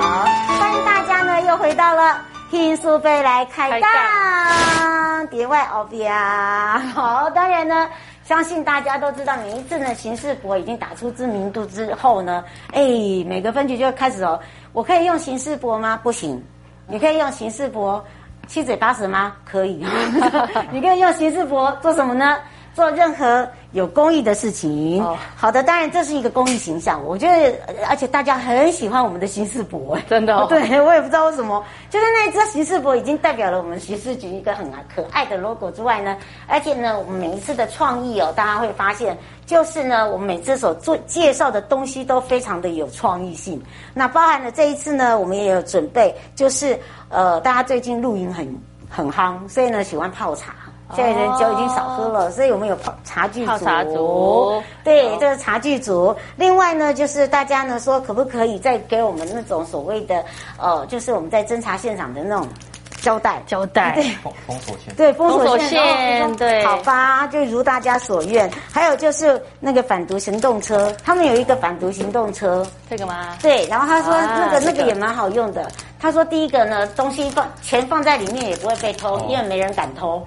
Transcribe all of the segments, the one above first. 好，欢迎大家呢又回到了听苏贝来开杠，别外哦别啊！好，当然呢，相信大家都知道，每一次呢刑事博已经打出知名度之后呢，哎，每个分局就开始哦，我可以用刑事博吗？不行，你可以用刑事博七嘴八舌吗？可以， 你可以用刑事博做什么呢？做任何有公益的事情。哦好的，当然这是一个公益形象，我觉得，呃而且大家很喜欢我们的刑事博，哎 真的哦 对我也不知道为什么，就是那一只刑事博已经代表了我们刑事局一个很可爱的 logo 之外呢，而且呢，我们每一次的创意哦，大家会发现，就是呢，我们每次所做介绍的东西都非常的有创意性。那包含了这一次呢，我们也有准备，就是呃，大家最近露营很很夯，所以呢，喜欢泡茶。现在人酒已经少喝了，所以我们有泡茶具泡组茶组对有，这是茶具组。另外呢，就是大家呢说，可不可以再给我们那种所谓的呃，就是我们在侦查现场的那种胶带。胶带哎对封封锁线，对，封封锁锁线，线哦封对好吧，就如大家所愿。还有就是那个反毒行动车，他们有一个反毒行动车，这个吗？对，然后他说啊那个、那这个个也蛮好用的。他说第一个呢，东西放钱放在里面也不会被偷，哦因为没人敢 偷。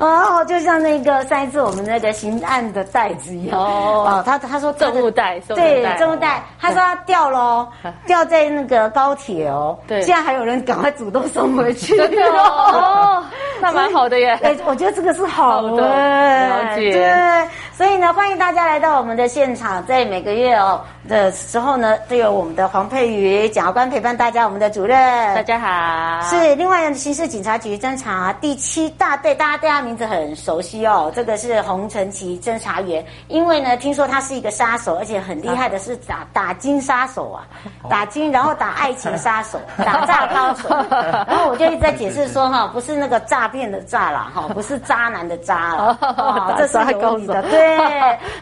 哦，就像那个上一次我们那个刑案的袋子一样。哦哦，他他说他的重物袋重物袋对，重物袋，他说他掉了 哦，掉在那个高铁哦。对现在还有人赶快主动送回 去。真的 哦，那蛮好的耶。哎，我觉得这个是好好的哎了解对，所以呢，欢迎大家来到我们的现场，在每个月哦的时候呢，都有我们的黄佩瑜检察官陪伴大家，我们的主任。大家好，是，另外刑事警察局侦查第七大队，大家对他名字很熟悉哦。这个是洪承奇侦查员，因为呢，听说他是一个杀手，而且很厉害的是打、打金杀手啊，哦打金，然后打爱情杀手，打诈高 手。然后我就一直在解释说哈，不是那个诈骗的诈啦，哈，不是渣男的渣 啦，哦打这是诈有高你的手对。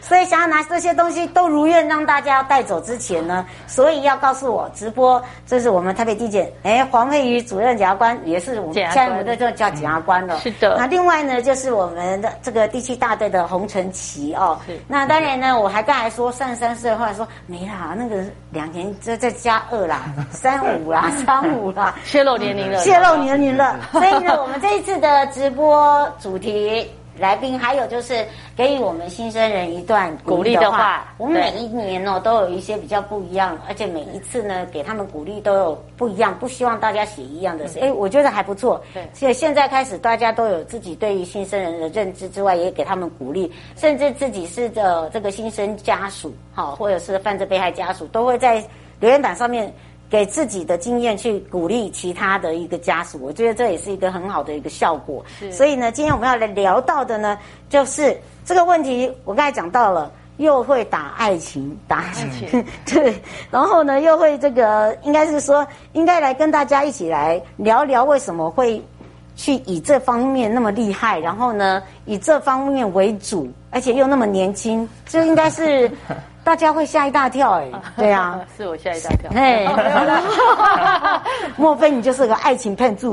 所以想要拿这些东西都如愿让大家带走之前呢，所以要告诉我直播，这是我们台北地检哎黄佩瑜主任检察官，也是我们检现察在官我们都叫检察官了。是的那另外呢，就是我们的这个第七大队的洪承奇哦是。那当然呢，我还刚才说三十三岁，后来说没啦，那个两年再再加二啦，三五啦，三五啦。泄露年龄了，泄露年龄了。 所以呢，我们这一次的直播主题。来宾还有就是给予我们新生人一段鼓励的鼓励的话我们每一年哦都有一些比较不一样，而且每一次呢给他们鼓励都有不一样，不希望大家写一样的事。哎，我觉得还不错。对所以现在开始大家都有自己对于新生人的认知之外，也给他们鼓励，甚至自己是的这个新生家属，好或者是犯罪被害家属，都会在留言板上面给自己的经验去鼓励其他的一个家属，我觉得这也是一个很好的一个效果。所以呢，今天我们要来聊到的呢，就是这个问题，我刚才讲到了。又会打爱情，打爱情， 对，然后呢，又会这个，应该是说，应该来跟大家一起来聊聊为什么会去以这方面那么厉害，然后呢，以这方面为主，而且又那么年轻，这应该是大家会吓一大跳 哎、对啊，是我吓一大跳。 哎，莫非你就是个爱情骗 子？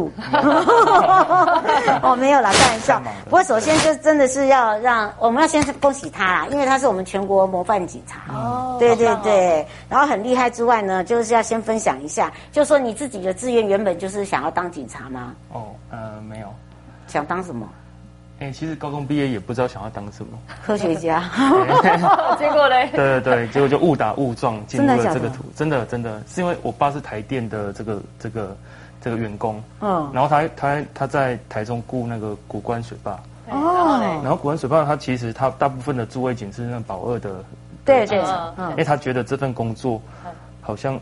哦，没有啦，开玩笑。不过首先就真的是要让我们要先恭喜他啦，因为他是我们全国模范警察。哦对对，对，然后很厉害之外呢，就是要先分享一下，就说你自己的志愿原本就是想要当警察吗？哦，呃，没有。想当什么？哎、其实高中毕业也不知道想要当 什么。科学 家。好哦结果嘞，对对对，结果就误打误撞进入真的假了的这个图，真的真的是因为我爸是台电的这个这个这个员工，嗯。然后他他他在台中雇那个古关水坝，哦。然后古关水坝它其实它大部分的驻位警是那保二的，对对。嗯因嗯。为他觉得这份工作好像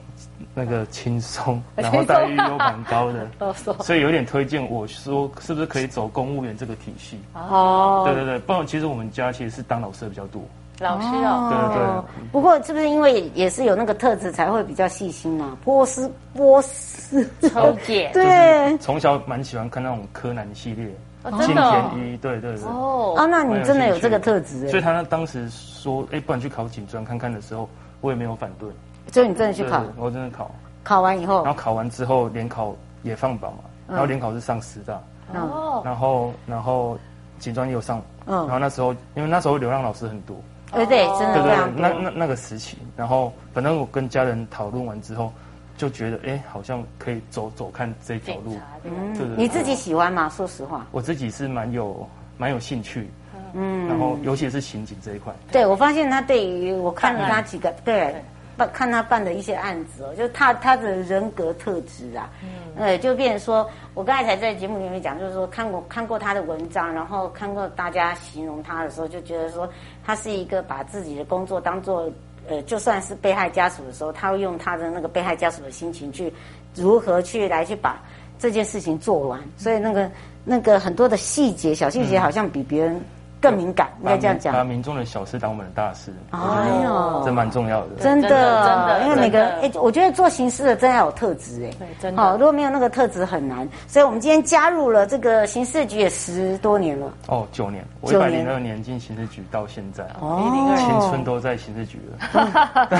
那个轻松，然后待遇又蛮高的，啰嗦所以有点推荐我说是不是可以走公务员这个体系？对哦。对对，不然其实我们家其实是当老师的比较多。老师哦，对对哦。不过是不是因为也是有那个特质才会比较细心啊？波斯波斯。抽姐，哦对。从小蛮喜欢看那种柯南系列，哦金真的哦田一，对对对。啊，哦，那蛮你有真的有兴趣这个特质所哎以，他当时说，哎，不然去考警专看看的时候，我也没有反对，所以你真的去对考哦对，我真的考，考完以后然，后考完之后联考也放榜嘛，然后联考是上师大，嗯哦，然后然后警专也有上，嗯然后那时候因为那时候流浪老师很多，对对，真的对对非对常，那多。那那个时期，然后反正我跟家人讨论完之后，就觉得哎，好像可以走走看这条警路，察这个对对对你自己喜欢吗？说实话，我自己是蛮有蛮有兴趣，嗯，然后尤其是刑警这一块，对我发现他对于我看了办他案几个对。办看他办的一些案子哦，就是他他的人格特质啊，呃，就变成说，我刚才才在节目里面讲，就是说看过看过他的文章，然后看过大家形容他的时候，就觉得说他是一个把自己的工作当做呃，就算是被害家属的时候，他会用他的那个被害家属的心情去如何去来去把这件事情做完，所以那个那个很多的细节小细节好像比别人更敏感，应该这样讲把。民把民众的小事当我们的大事，哎呦这蛮重要的。真的，真的真的因为每个人，哎、真我觉得做刑事的真要有特质，哎，对真的好，如果没有那个特质很难。所以我们今天加入了这个刑事局也十多年了，哦，九年，我一九百年零二年进刑事局到现在，哦青春都在刑事局了。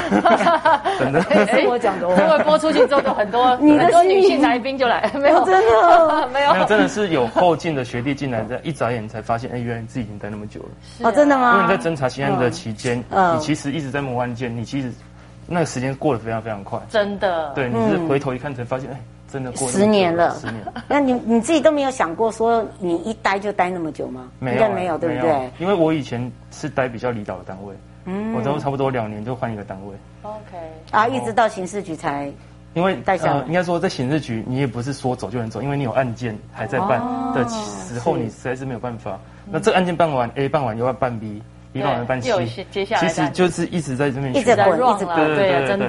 真的，是我讲的哦 哎因为播出去之后，就很多你的很多女心性来宾就来， 没有哦真的哦 没 没有，有，真的是有后进的学弟进来，在一眨眼才发现，哎，原来自己已经待那么久了。哦，真的因为吗你？在侦查刑案的期间，嗯你其实一直在磨案件，你其实那个时间过得非常非常快。真的，对，你是回头一看才发现，哎，真的过十年了十 年。那你你自己都没有想过说你一待就待那么久吗？没应有该啊，没有，对不没有对？？嗯因为我以前是待比较离岛的单位，我都差不多两年就换一个单位， ，OK，啊，哦一直到刑事局才因为呃带下来应该说在刑事局，你也不是说走就能走，因为你有案件还在办哦的时候，你实在是没有办法。那这个案件办完 A 办完又要办 B，一办完办又有 C，接下来其的实案件就是一直在这边一直在循环在滚 run 一直嗯啦，滚对呀，啊对真对对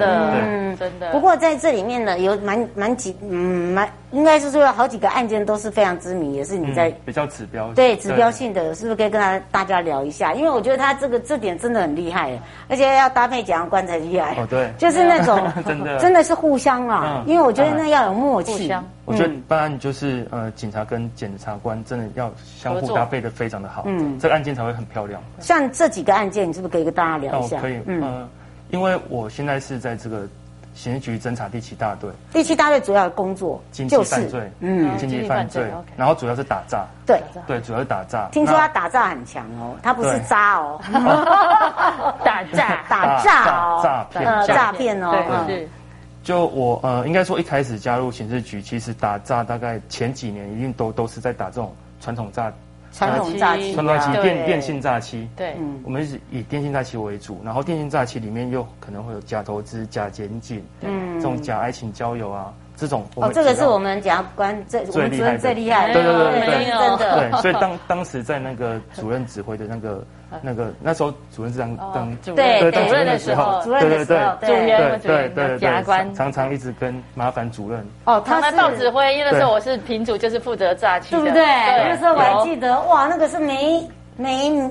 的，真的，不过在这里面呢，有蛮蛮几嗯蛮，应该是说有好几个案件都是非常知名，也是你在、嗯比较指标对指标性的，是不是可以跟大大家聊一下？因为我觉得他这个这点真的很厉害耶，而且要搭配检察官才厉害。哦对就是那种 真的真的是互相啦，嗯因为我觉得那要有默互契。嗯相我觉得办案就是呃，警察跟检察官真的要相合互作搭配的非常的好，嗯这个案件才会很漂亮。像这几个案件，你是不是可以跟大家那聊一我下？可以，嗯、因为我现在是在这个刑事局侦查第七大队第七大队主要的工作经济就犯罪是，嗯，哦经经济济犯犯罪罪，OK，然后主要是打诈，对。对，主要是打诈。听说那他打诈很强哦，他不是对渣哦， 打架，打打诈诈哦，诈骗呃诈骗哦，嗯对，是就我呃，应该说一开始加入刑事局，其实打诈大概前几年一定都都是在打这种传统诈、传统诈欺啊，传统诈欺、对电电信诈欺。对，嗯我们是以电信诈欺为主，然后电信诈欺里面又可能会有假投资、假检警，嗯，这种假爱情交友啊，这种我哦，们这个主是要我们检察官最我最们主厉害任的，最厉害的，对对对对这对是真的。对，所以当当时在那个主任指挥的那个那个那时候主任是当当主对任当哦主任的时候主任的时候，对主对任对对主对检察官对，常常一直跟麻烦主任，哦，他他们报指是挥，因为那时候对我是平主，就是负责诈欺对的，不对？那时候我还有记得，哇，那个是没没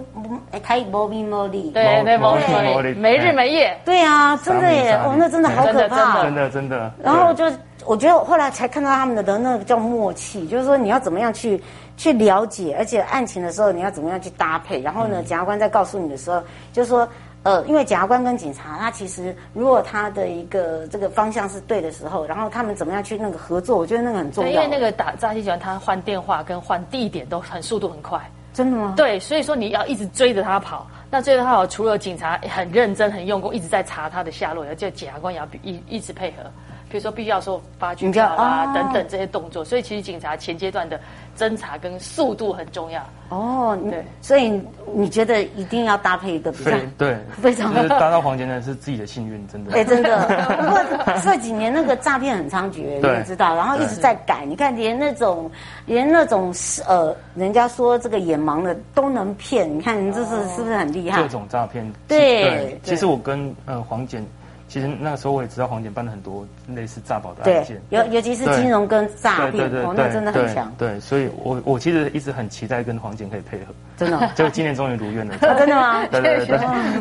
哎，台语摩咪摩力，对，对，某某某某某里没日没夜，对啊，真的耶，傻逼哦，那真的好可怕真。的真的。然后对就我觉得我后来才看到他们的那个叫默契，就是说你要怎么样去去嗯了解，而且案情的时候你要怎么样去搭配，然后呢，检察官在告诉你的时候，就是说呃，因为检察官跟警察，他其实如果他的一个这个方向是对的时候，然后他们怎么样去那个合作，我觉得那个很重对，要。因为那个打诈欺集团他换电话跟换地点都很速度很快，真的吗？对，所以说你要一直追着他跑。那追着他跑，除了警察很认真、很用功，一直在查他的下落，而且检察官也要比一一直配合。比如说，必须要说发你讯知道票哦啦、等等这些动作，所以其实警察前阶段的侦查跟速度很重要。哦，你对所以你觉得一定要搭配一个比较对对，非常就是搭到黄金的是自己的幸运，真的。 哎、真 的。不过这几年那个诈骗很猖獗，你对也知道，然后一直在改。你看，连那种，连那种是呃，人家说这个眼盲的都能骗，你看你这是是不是很厉害哦各？种诈骗。对对其实我跟呃黄简，其实那个时候我也知道黄简办了很多类似诈保的案对件，。尤尤其是金融跟诈骗，哦，那真的很对强，对，所以我我其实一直很期待跟黄简可以配合，真的哦、结果今年终于如愿了。啊 真的 吗？对对对对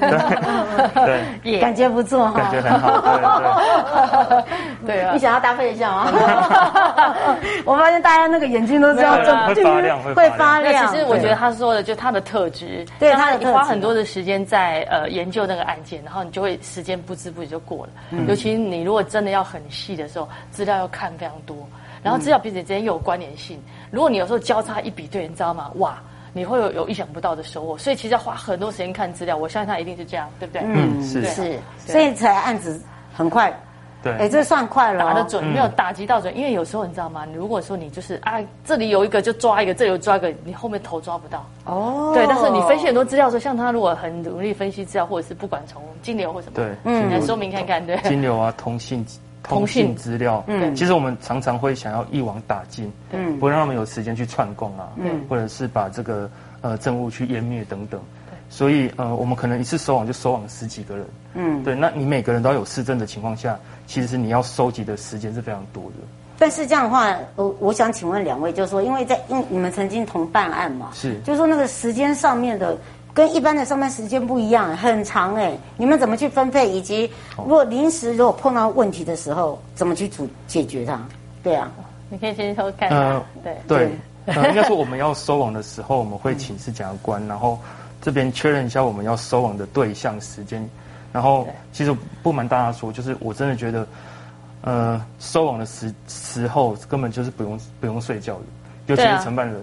对对， 也感觉不错哈、感觉很好。对 对，对啊你，想要搭配一下 吗？我发现大家那个眼睛都这样没有啦睁，会发亮会会发发亮。亮那其实我觉得他说的就他的特质，对像他的特质哦花很多的时间在呃研究那个案件，然后你就会时间不知不觉就过了。嗯尤其你如果真的要很细的时候，资料要看非常多，然后资料彼此之间又有关联性。如果你有时候交叉一比对，你知道吗？哇！你会有有意想不到的收获，所以其实要花很多时间看资料。我相信他一定是这样，对不对？嗯是对是，所以才案子很快， 哎、对这算快了、哦，打得准，没有打击到准。因为有时候你知道吗？你如果说你就是啊，这里有一个就抓一个，这里有抓一个，你后面头抓不到。哦。对，但是你分析很多资料的时候，像他如果很努力分析资料，或者是不管从金流或什么，对，你金来流说明看看，对，金流啊，通信通信资料，嗯，其实我们常常会想要一网打尽，嗯，不让他们有时间去串供啊，嗯，或者是把这个呃政务去湮灭等等。所以，呃，我们可能一次收网就收网十几个人，嗯，对，那你每个人都要有市政的情况下，其实你要收集的时间是非常多的，但是这样的话，我我想请问两位，就是说，因为在因为你们曾经同办案嘛，是就是说那个时间上面的跟一般的上班时间不一样，很长哎、你们怎么去分配？以及哦如果临时如果碰到问题的时候，怎么去处解决它？对啊，你可以先收看呃，，哎对，对，呃，应该说我们要收网的时候，我们会请示检察官，然后这边确认一下我们要收网的对象、时间。然后，其实不瞒大家说，就是我真的觉得，呃，收网的时时候根本就是不用不用睡觉的，尤其对是啊承办人，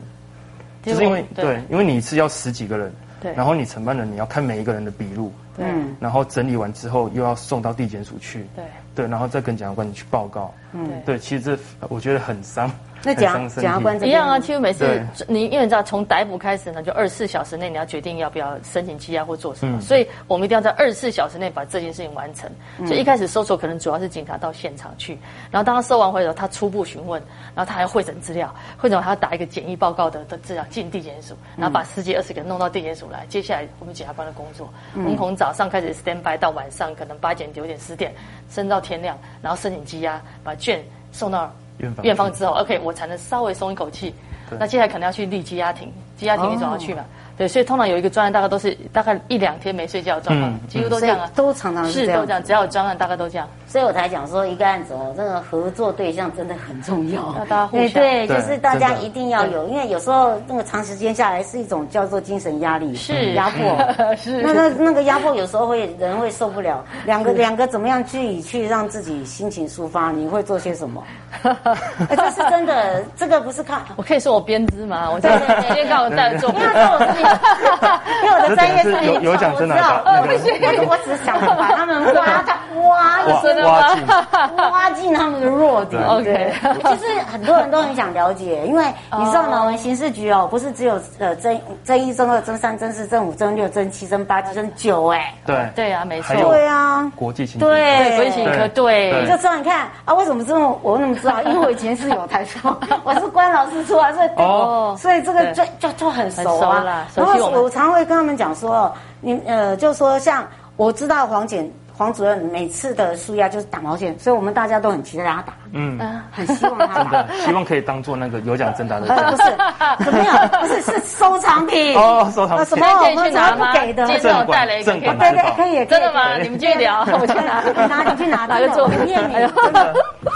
就就是因为对，因为你一次要十几个人，对然后你承办人你要看每一个人的笔录，对然后整理完之后又要送到地检署去，对对，然后再跟检察官去报告，对对，其实这我觉得很伤，嗯那很检察伤身检察体官这一边样啊，几乎每次对你因为你知道，从逮捕开始呢，就二十四小时内你要决定要不要申请羁押或做什么，所以我们一定要在二十四小时内把这件事情完成。所以一开始搜索可能主要是警察到现场去，然后当他搜完回来的时候，他初步询问，然后他还要会诊资料，会诊还要打一个简易报告的的资料进地检署，然后把十几二十个人弄到地检署来。接下来我们检察官的工作，我们从早上开始 stand by 到晚上可能八点九点十点，升到天亮，然后申请羁押，把卷送到。院方院方之后，OK，我才能稍微松一口气。那接下来可能要去立羁押庭，羁押庭你总要去哦嘛。对，所以通常有一个专案，大概都是大概一两天没睡觉的状况，嗯几乎都这样啊所以，都常常是是这样都这样，只要有专案，大概 都这样。所以我才讲说，一个案子哦，这个合作对象真的很重要。要大家互对相对，就对是大家真的一定要有，因为有时候那个长时间下来是一种叫做精神压力，是压迫， 是那那那个压迫有时候会人会受不了。两个两个怎么样去去让自己心情抒发？你会做些什么？哎这是真 的，这个不是看。我可以说我编 织吗？我今对对对天刚好在做因，为那时候我自己， 因为我的专业是临有床，有奖我真知的啊道，那个我我只想把他们 挖他挖一挖身挖进挖进他们的弱点。对 OK 就是很多人都很想了解，因为你知道吗？我们刑事局哦，不是只有呃增增一、增二、增三、增四、增五、增六、增七、增八、增九，哎，对对啊没错还有对啊，国际情对对，所以请科你对对就知道，你看啊，为什么这么我那么知道？因为我以前是有台 说，我是关老师出来，所以对我哦所以这个就对就就很熟啊。很熟啦然熟悉我后们我常会跟他们讲说，你呃，就说像我知道黄简黄主任每次的舒压就是打毛线，所以我们大家都很期待他打，啊嗯，很希望他真打。的希望可以当做那个有奖征 答的呃，不奖。是，怎么样？不是，是收藏品。哦收藏品呃什么那我可以们去怎么拿不吗？给的？今对天我带了一个，正可以版拿正对，可以，可以真的吗？可以你们继续聊，哎我去拿。拿你去拿， 拿哎个做我念你。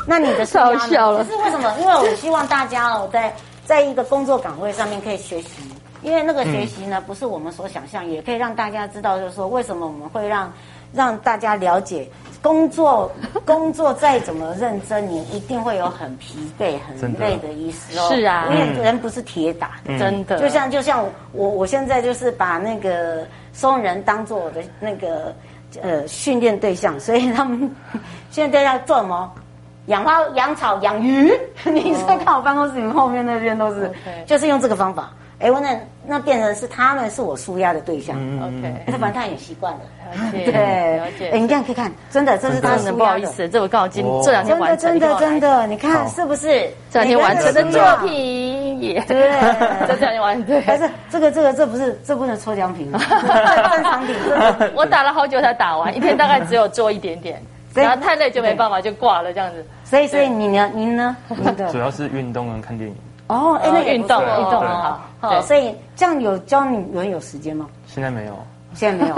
那你的太好笑了是为什么？因为我希望大家哦，在在一个工作岗位上面可以学习因为那个学习呢，不是我们所想象，也可以让大家知道，就是说为什么我们会让让大家了解工作 工作再怎么认真，你一定会有很疲惫、很真的嗯累的一时候。是啊因为人不是铁打的， 真的，嗯就像就像我我现在就是把那个松人当做我的那个呃训练对象，所以他们现在要做什么？养花、养草、养鱼。 你在看我办公室里面后面那边都是 OK 就是用这个方法。哎，我那那变成是他们是我舒压的对象，嗯 OK，那反正他也习惯了。嗯了解，对，了哎，解。你这样可以看，真的，这是他真的舒不压好意的。思，这我刚好今哦这两天真的完真成，的真的，的，你看好是不是？这两天完成每个的人作都有品也对 这两天完对。但是这个这个这不是这不能抽奖品，正常品，这个 我打了好久才打完，一天大概只有做一点点，所以然后太累就没办法就挂了这样子。所以所以你呢您呢您的主要是运动啊跟看电影，哦哎那呃也运不错动运动啊对好对好，所以这样有教你游泳有时间吗？现在没有，啊现在没有，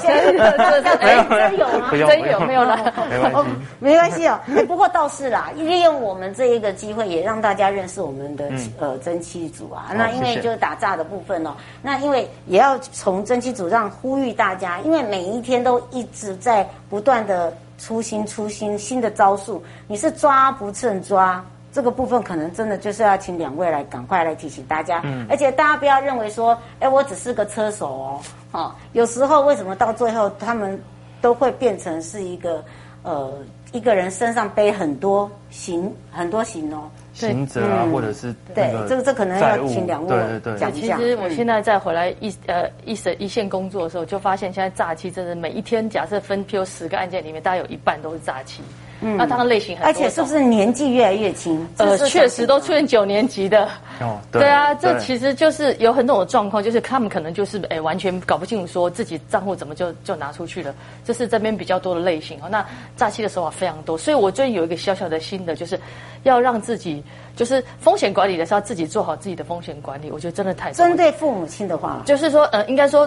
现真在的真的哎真有吗不？用真不有用 没有啦？没关哦系。，没关系哦。哎不过倒是啦，利用我们这一个机会，也让大家认识我们的、嗯呃蒸汽组啊。好那因为谢谢就是打炸的部分哦，那因为也要从蒸汽组上呼吁大家，因为每一天都一直在不断的出新出新新的招数，你是抓不趁抓。这个部分可能真的就是要请两位来赶快来提醒大家，嗯而且大家不要认为说，哎，我只是个车手哦，哦，有时候为什么到最后他们都会变成是一个呃一个人身上背很多行很多行哦。行者啊，或者是对那个这个这可能要债务请两位对对讲对，其实我现在再回来一呃一线一线工作的时候，就发现现在诈欺真的每一天，假设分批有十个案件里面，大概有一半都是诈欺。那它的类型很多嗯而种，且是不是年纪越来越轻？呃这是确实都出现九年级的。哦，对啊，这对其实就是有很多种状况，就是他们可能就是诶完全搞不清楚说自己账户怎么就就拿出去了，这是这边比较多的类型哦。那诈欺的手法非常多，所以我最近有一个小小的心得，就是要让自己就是风险管理的时候自己做好自己的风险管理，我觉得真的太重要针对父母亲的话，就是说，呃，应该说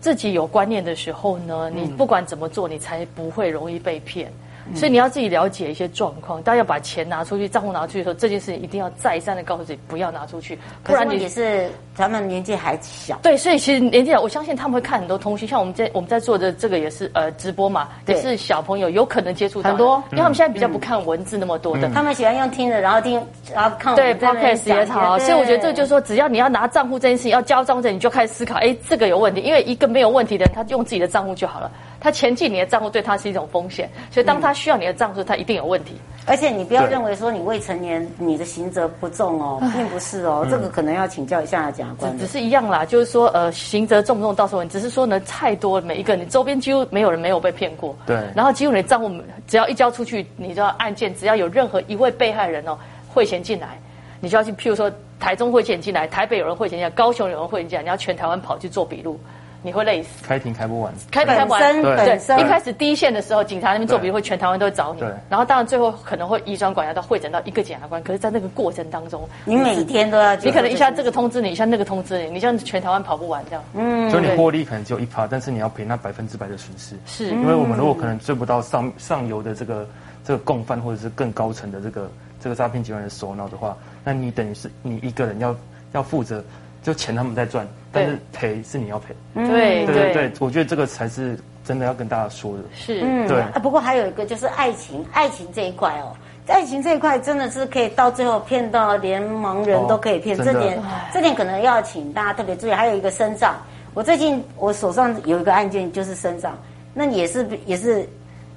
自己有观念的时候呢，嗯你不管怎么做，你才不会容易被骗。所以你要自己了解一些状况，当然要把钱拿出去，账户拿出去的时候，这件事情一定要再三的告诉自己不要拿出去，不不然然也你。是他们年纪还小，对，所以其实年纪小，我相信他们会看很多东西，像我们在我们在做的这个也是呃直播嘛，对也是小朋友有可能接触到的很多嗯因为他们现在比较不看文字那么多的，他们喜欢用听的，然后听，然后看我对们在那边 podcast 也讲好，对所以我觉得这就是说，只要你要拿账户这件事情，要交账户这件事情，你就开始思考，哎，这个有问题，因为一个没有问题的人，他用自己的账户就好了，他前进你的账户对他是一种风险，所以当他需要你的账户，他一定有问题。而且你不要对认为说你未成年你的刑责不重哦，并不是哦，这个可能要请教一下检察官只了。是一样啦，就是说，呃，刑责重不重，到时候你只是说呢，太多了每一个，你周边几乎没有人没有被骗过。对然后几乎你的账户只要一交出去，你就要案件，只要有任何一位被害人哦汇钱进来，你就要去，譬如说台中汇钱进来，台北有人汇钱进来，高雄有人汇钱进来，你要全台湾跑去做笔录，你会累死。开庭开不完，开庭开不完本身对本身一开始第一线的时候，警察那边做笔录，对会全台湾都会找你对。然后当然最后可能会移转管辖到会诊到一个检察官，可是，在那个过程当中，你每天都要接受件事你情，可能一下这个通知你，一下那个通知你，你像全台湾跑不完这样。嗯所以你获利可能只有一趴，但是你要赔那百分之百的损失。是因为我们如果可能追不到上上游的这个这个共犯或者是更高层的这个这个诈骗集团的首脑的话，那你等于是你一个人要要负责，就钱他们在赚，但是赔是你要赔。嗯对对对对，我觉得这个才是真的要跟大家说的。是，对啊，不过还有一个就是爱情，爱情这一块哦，爱情这一块真的是可以到最后骗到连盲人都可以骗，哦这真的点这点可能要请大家特别注意。还有一个身障，我最近我手上有一个案件就是身障，那也是也是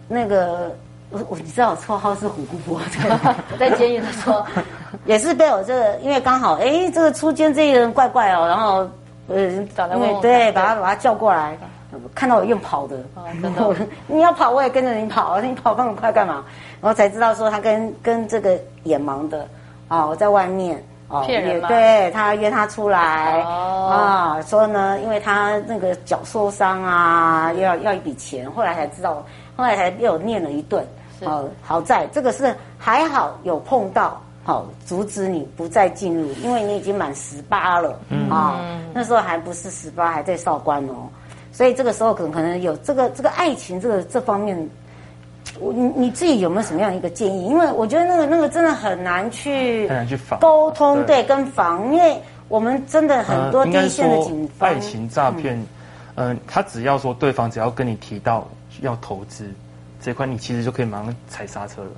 那个我我你知道我绰号是虎姑婆的， 我在监狱的时候 也是被我这个，因为刚好哎这个出监这个人怪怪哦，然后呃找来因问为问对看把他把他叫过来，看到我用跑的。哦真的 你要跑我也跟着你跑，你跑那么快干嘛？然后才知道说他跟跟这个眼盲的啊、我在外面哦骗人约吗对他约他出来哦啊、说呢，因为他那个脚受伤啊，要要一笔钱，后来才知道，后来才被我念了一顿。是哦，好在这个是还好有碰到，好、阻止你不再进入，因为你已经满十八了啊、那时候还不是十八，还在少关哦，所以这个时候可能可能有这个这个爱情这个这方面，我你你自己有没有什么样一个建议？因为我觉得那个那个真的很难去很难去防沟通，对对，跟防，因为我们真的很多呃第应该一线的说警方，爱情诈骗，嗯、他只要说对方只要跟你提到要投资这块，你其实就可以马上踩刹车了。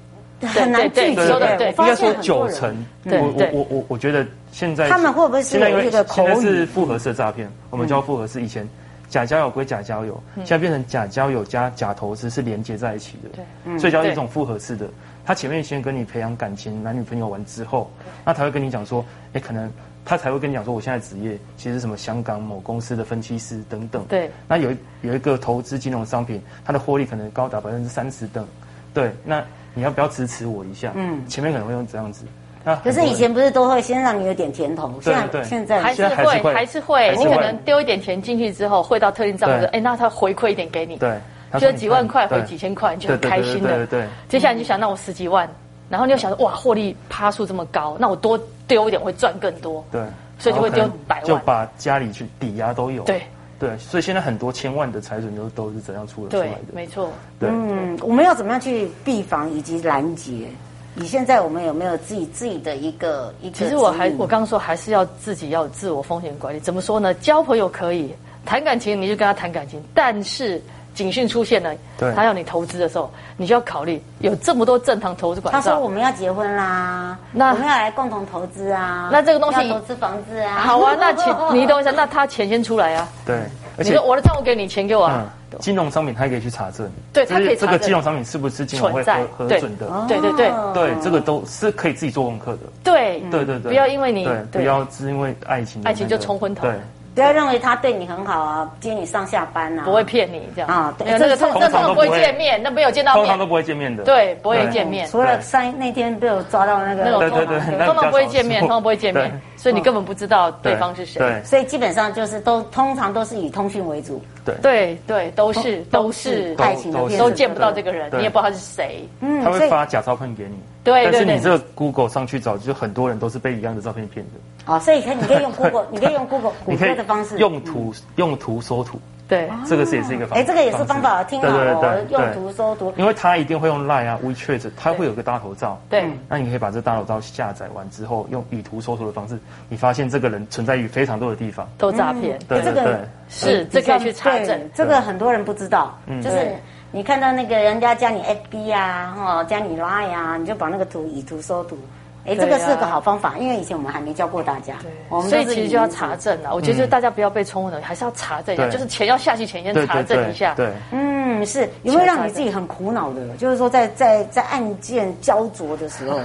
很难对拒绝。对对说得对我应发现该说很多九人成。对我对我我我我觉得现在他们会不会是现在因为有一个口语嗯现在是复合式诈骗，我们叫复合式。以前假交友归假交友，现在变成假交友加假投资是连接在一起的，嗯所以叫一种复合式的。他前面先跟你培养感情，男女朋友完之后，那才会跟你讲说，哎，可能他才会跟你讲说，我现在职业其实是什么香港某公司的分析师等等。对，那有一有一个投资金融商品，它的获利可能高达百分之三十等，对，那你要不要支持我一下？嗯，前面可能会用这样子。那可很多是人以前不是都会先让你有点甜头，现对在对现还在是现在还是会会还是会还，是你会可能丢一点钱进去之后，汇到特定账户对，哎，那他回馈一点给你，对，他觉说得几万块你看回几千块，你就很对对开对心对了对。对接下来你就想，那我十几万，然后你又想说，哇，获利趴数这么高，那我多丢一点会赚更多。对，所以就会丢然后可能百万就把家里去抵押都有。对对，所以现在很多千万的财损都都是怎样出了出来对的？，没错。对，嗯，我们要怎么样去避防以及拦截？你现在我们有没有自己自己的一个一个指其引？实我还我刚刚说还是要自己要有自我风险管理。怎么说呢？交朋友可以谈感情，你就跟他谈感情，但是警讯出现了对，他要你投资的时候，你就要考虑有这么多正常投资管他道。说我们要结婚啦，那我们要来共同投资啊，那这个东西要投资房子啊，好啊，那 钱 你等我一下，那他钱先出来啊。对，而你且说我的账户给你，钱给我嗯啊。，金融商品它也可以去查证，对就它可以是这查个证金融商品是不是金融会存在核核对准的？对对对哦对，这个都是可以自己做功课的。对对对对，嗯不要因为你对，不对要是因为爱情的那个，爱情就冲昏头对，不要认为他对你很好啊，接你上下班啊，不会骗你这样啊对没有那个这通这这通通常常都不会不会见面，那没有见到通常都面，不会见面的。对，不会对见面。除了上一那天被我抓到那那个种对通对常对对那通常不会比较少见面，数通常不会见面，所以你根本不知道对方是谁。对所以基本上就是都通常都是以通讯为主，对对对，都是都是都爱情的都骗子都见不到这个人，对你也不知道他是谁。嗯他所会以发假照片给你。对对但是你对这个 Google 上去找，就很多人都是被一样的照片骗的。哦，所以可以你可以 用 Google，你可以用 Google 谷你可歌以的方式用图用图搜图，对这个是也是一个方。哎，这个也是方法，式听好哦，对用对对图对。搜图。因为他一定会用 Line 啊、WeChat，它会有个大头照。对那你可以把这大头照下载完之后，用以图搜图的方式，你发现这个人存在于非常多的地方。都诈骗。对这个对对，是，这可以去查对证。这个很多人不知道，嗯就是对你看到那个人家加你 FB 啊，哦，加你 Line 啊，你就把那个图以图搜图。哎，这对啊个是个好方法，因为以前我们还没教过大家，我们所以都是其实就要以图查证啊了。我觉得就是大家不要被冲昏头，还是要查证一下，嗯对就是钱要下去前先对查对证对一下。对，嗯，是有没有让你自己很苦恼的？就是说在，在在案件焦灼的时候，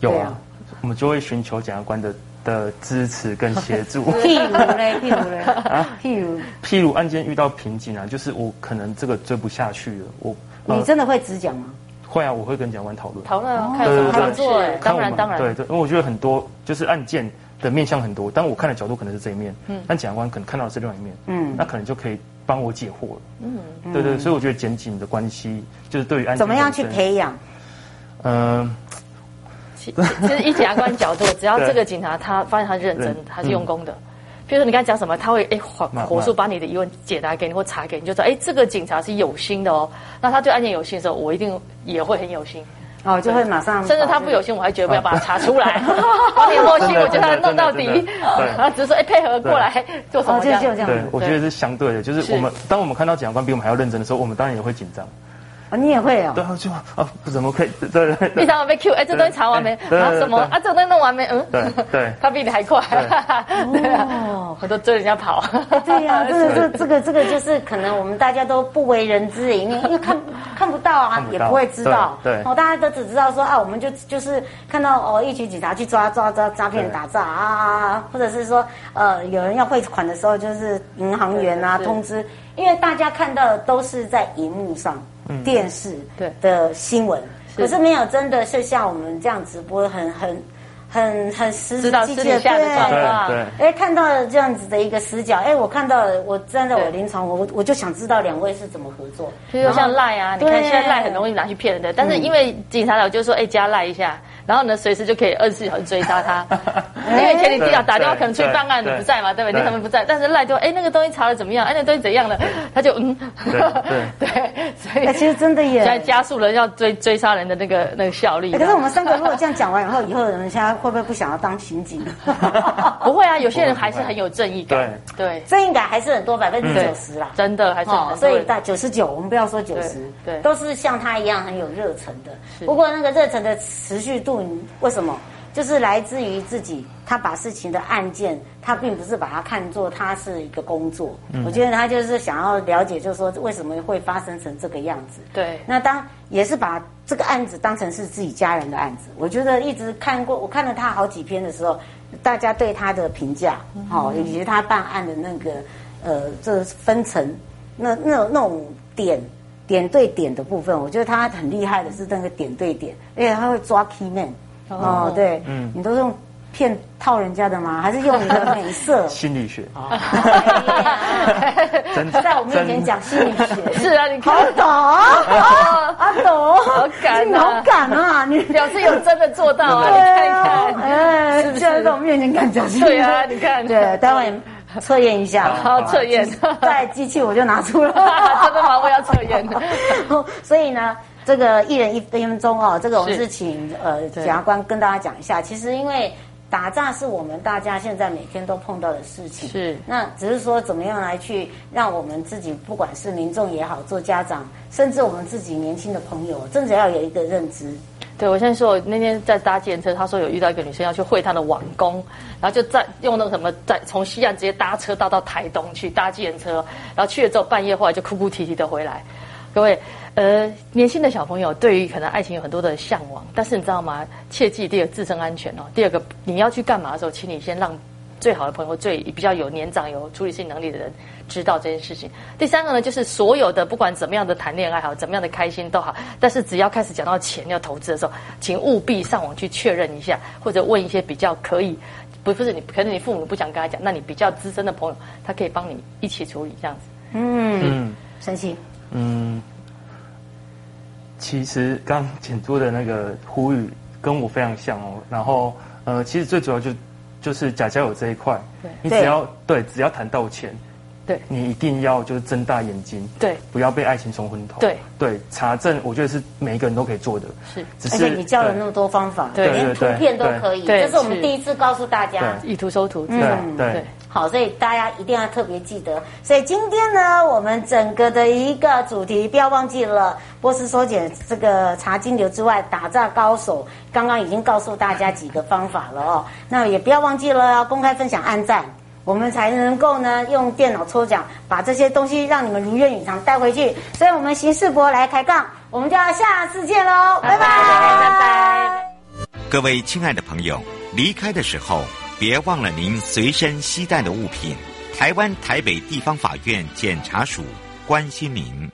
有对啊啊，我们就会寻求检察官的的支持跟协助。譬如嘞，譬如嘞，譬如譬如案件遇到瓶颈啊，就是我可能这个追不下去了，我呃你真的会只讲吗？会啊，我会跟检察官讨论，讨论啊，哦看有什么对对方对做。哎看当我然们当然，对对，因为我觉得很多就是案件的面向很多，但我看的角度可能是这一面，但检察官可能看到的是另外一面，嗯嗯，那可能就可以帮我解惑了，嗯，对对，所以我觉得检警的关系就是对于案件怎么样去本身，培养？嗯，其其实以检察官 角度，只要对这个警察他发现他是认真认，嗯他是用功的。比如说你刚才讲什么，他会哎火慢慢火速把你的疑问解答给你或查给你，就知道哎这个警察是有心的哦。那他对案件有心的时候，我一定也会很有心。哦，就会马上，甚至他不有心，我还觉得不要把他查出啊来， 我有没有心，我觉得他弄到底真的真的真的。啊对 然后只是说哎配合过来做什哦，么就这就样。这样对子，我觉得是相对的，就是我们当我们看到检察官比我们还要认真的时候，我们当然也会紧张，哦你也会哦对，。啊，就啊怎么可以，对对对你常常被 Q，哎，这东西查完没？对对然后什么对对啊？这个东西弄完没？嗯，对对 他比你还快， 对啊哦，我都追人家跑。 对 呀、这个这个这个这个就是可能我们大家都不为人知，因为 因为看看不到啊看，不也到不会知道。对对哦，大家都只知道说啊，我们就就是看到哦，一群警察去抓抓抓诈骗对打诈啊啊，啊或者是说呃，有人要汇款的时候，就是银行员啊对对通知，因为大家看到的都是在荧幕上、电视嗯对的新闻，是可是没有真的是像我们这样直播很很。很很实知道实私际地底下的对状况，对对哎，看到了这样子的一个死角，哎，我看到了，我站在我对临床，我我就想知道两位是怎么合作。比如像赖啊，你嗯看对现在赖很容易拿去骗人 的，但是因为警察佬就说，哎、加赖一下，然后呢，随时就可以二十四小时追杀他。因为以前你地长打电话可能去办案，你对对不在嘛，对不对？对你可能不在，但是赖就哎那个东西查的怎么样？哎那个东西怎样了？他就嗯，对对？对，所以哎，其实真的耶现。在加速了要追追杀人的那个那个效率。啊哎可是我们三个 如果这样讲完以后，以后人家会不会不想要当刑警？ 不会啊，有些人还是很有正义感。对这应该还是很多，百分之嗯对，九十啦。真的还是哦很，多所以人大九十九，我们不要说九十，对对都是像他一样很有热忱的。不过那个热忱的持续度，你为什么？就是来自于自己，他把事情的案件，他并不是把它看作他是一个工作。我觉得他就是想要了解，就是说为什么会发生成这个样子。对那当也是把这个案子当成是自己家人的案子。我觉得一直看过，我看了他好几篇的时候，大家对他的评价，好、以及他办案的那个呃，这分层，那那种那种点点对点的部分，我觉得他很厉害的是那个点对点，而且他会抓 key man。哦哦，对，你都是用骗套人家的吗？还是用你的美色心理学，哎 真 呀在我面前真讲心 理学， 是啊，你看好懂啊，阿斗，好敢啊你好敢啊，你 表示有真的做到啊，你看对一啊，看，哎，是不是竟然在我面前敢讲心理学，对啊，你看，对，待会测验一下，好测验，带机器我就拿出了， 真的吗？我要测验。 所以呢，这个一人一分钟哦，这个我们是是请呃对检察官跟大家讲一下。其实因为打诈是我们大家现在每天都碰到的事情，是那只是说怎么样来去让我们自己，不管是民众也好，做家长，甚至我们自己年轻的朋友，真的要有一个认知。对，我先说，我那天在搭计程车，他说有遇到一个女生要去会她的网工，然后就在用那个什么，在从西岸直接搭车到到台东去搭计程车，然后去了之后半夜后来就哭哭啼啼的回来。各位，呃，年轻的小朋友对于可能爱情有很多的向往，但是你知道吗？切记第二自身安全哦，第二个你要去干嘛的时候，请你先让最好的朋友、最比较有年长、有处理事情能力的人知道这件事情。第三个呢，就是所有的不管怎么样的谈恋爱好，怎么样的开心都好，但是只要开始讲到钱要投资的时候，请务必上网去确认一下，或者问一些比较可以。不不是你，可能你父母不想跟他讲，那你比较资深的朋友，他可以帮你一起处理这样子。嗯。神奇，嗯，其实刚简珠的那个呼吁跟我非常像哦。然后呃，其实最主要就就是假交友这一块对，你只要对只要谈到钱，对 你一定要就是睁大眼睛，对，不要被爱情冲昏头。对对，查证我觉得是每一个人都可以做的，是只而且你教了那么多方法，对连对图对片都对可以，对这是我们是第一次告诉大家。对以图搜图，对嗯对对对好，所以大家一定要特别记得。所以今天呢，我们整个的一个主题，不要忘记了波斯缩减这个查金流之外，打诈高手刚刚已经告诉大家几个方法了哦。那也不要忘记了要公开分享、按赞，我们才能够呢用电脑抽奖把这些东西让你们如愿以偿带回去。所以我们刑事博来开杠，我们就要下次见喽，拜拜，拜拜。各位亲爱的朋友，离开的时候别忘了您随身携带的物品。台湾台北地方法院检察署关心您。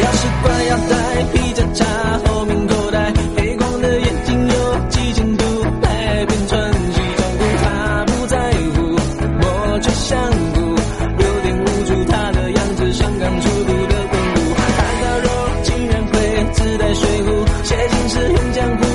钥匙挂腰带，皮夹插后面口袋，黑框的眼镜有几千度，海边穿西装裤，他不在乎，我却像骨，有点无助，他的样子像刚出炉的温度，汉堡肉竟然会自带水壶，写信时用浆糊。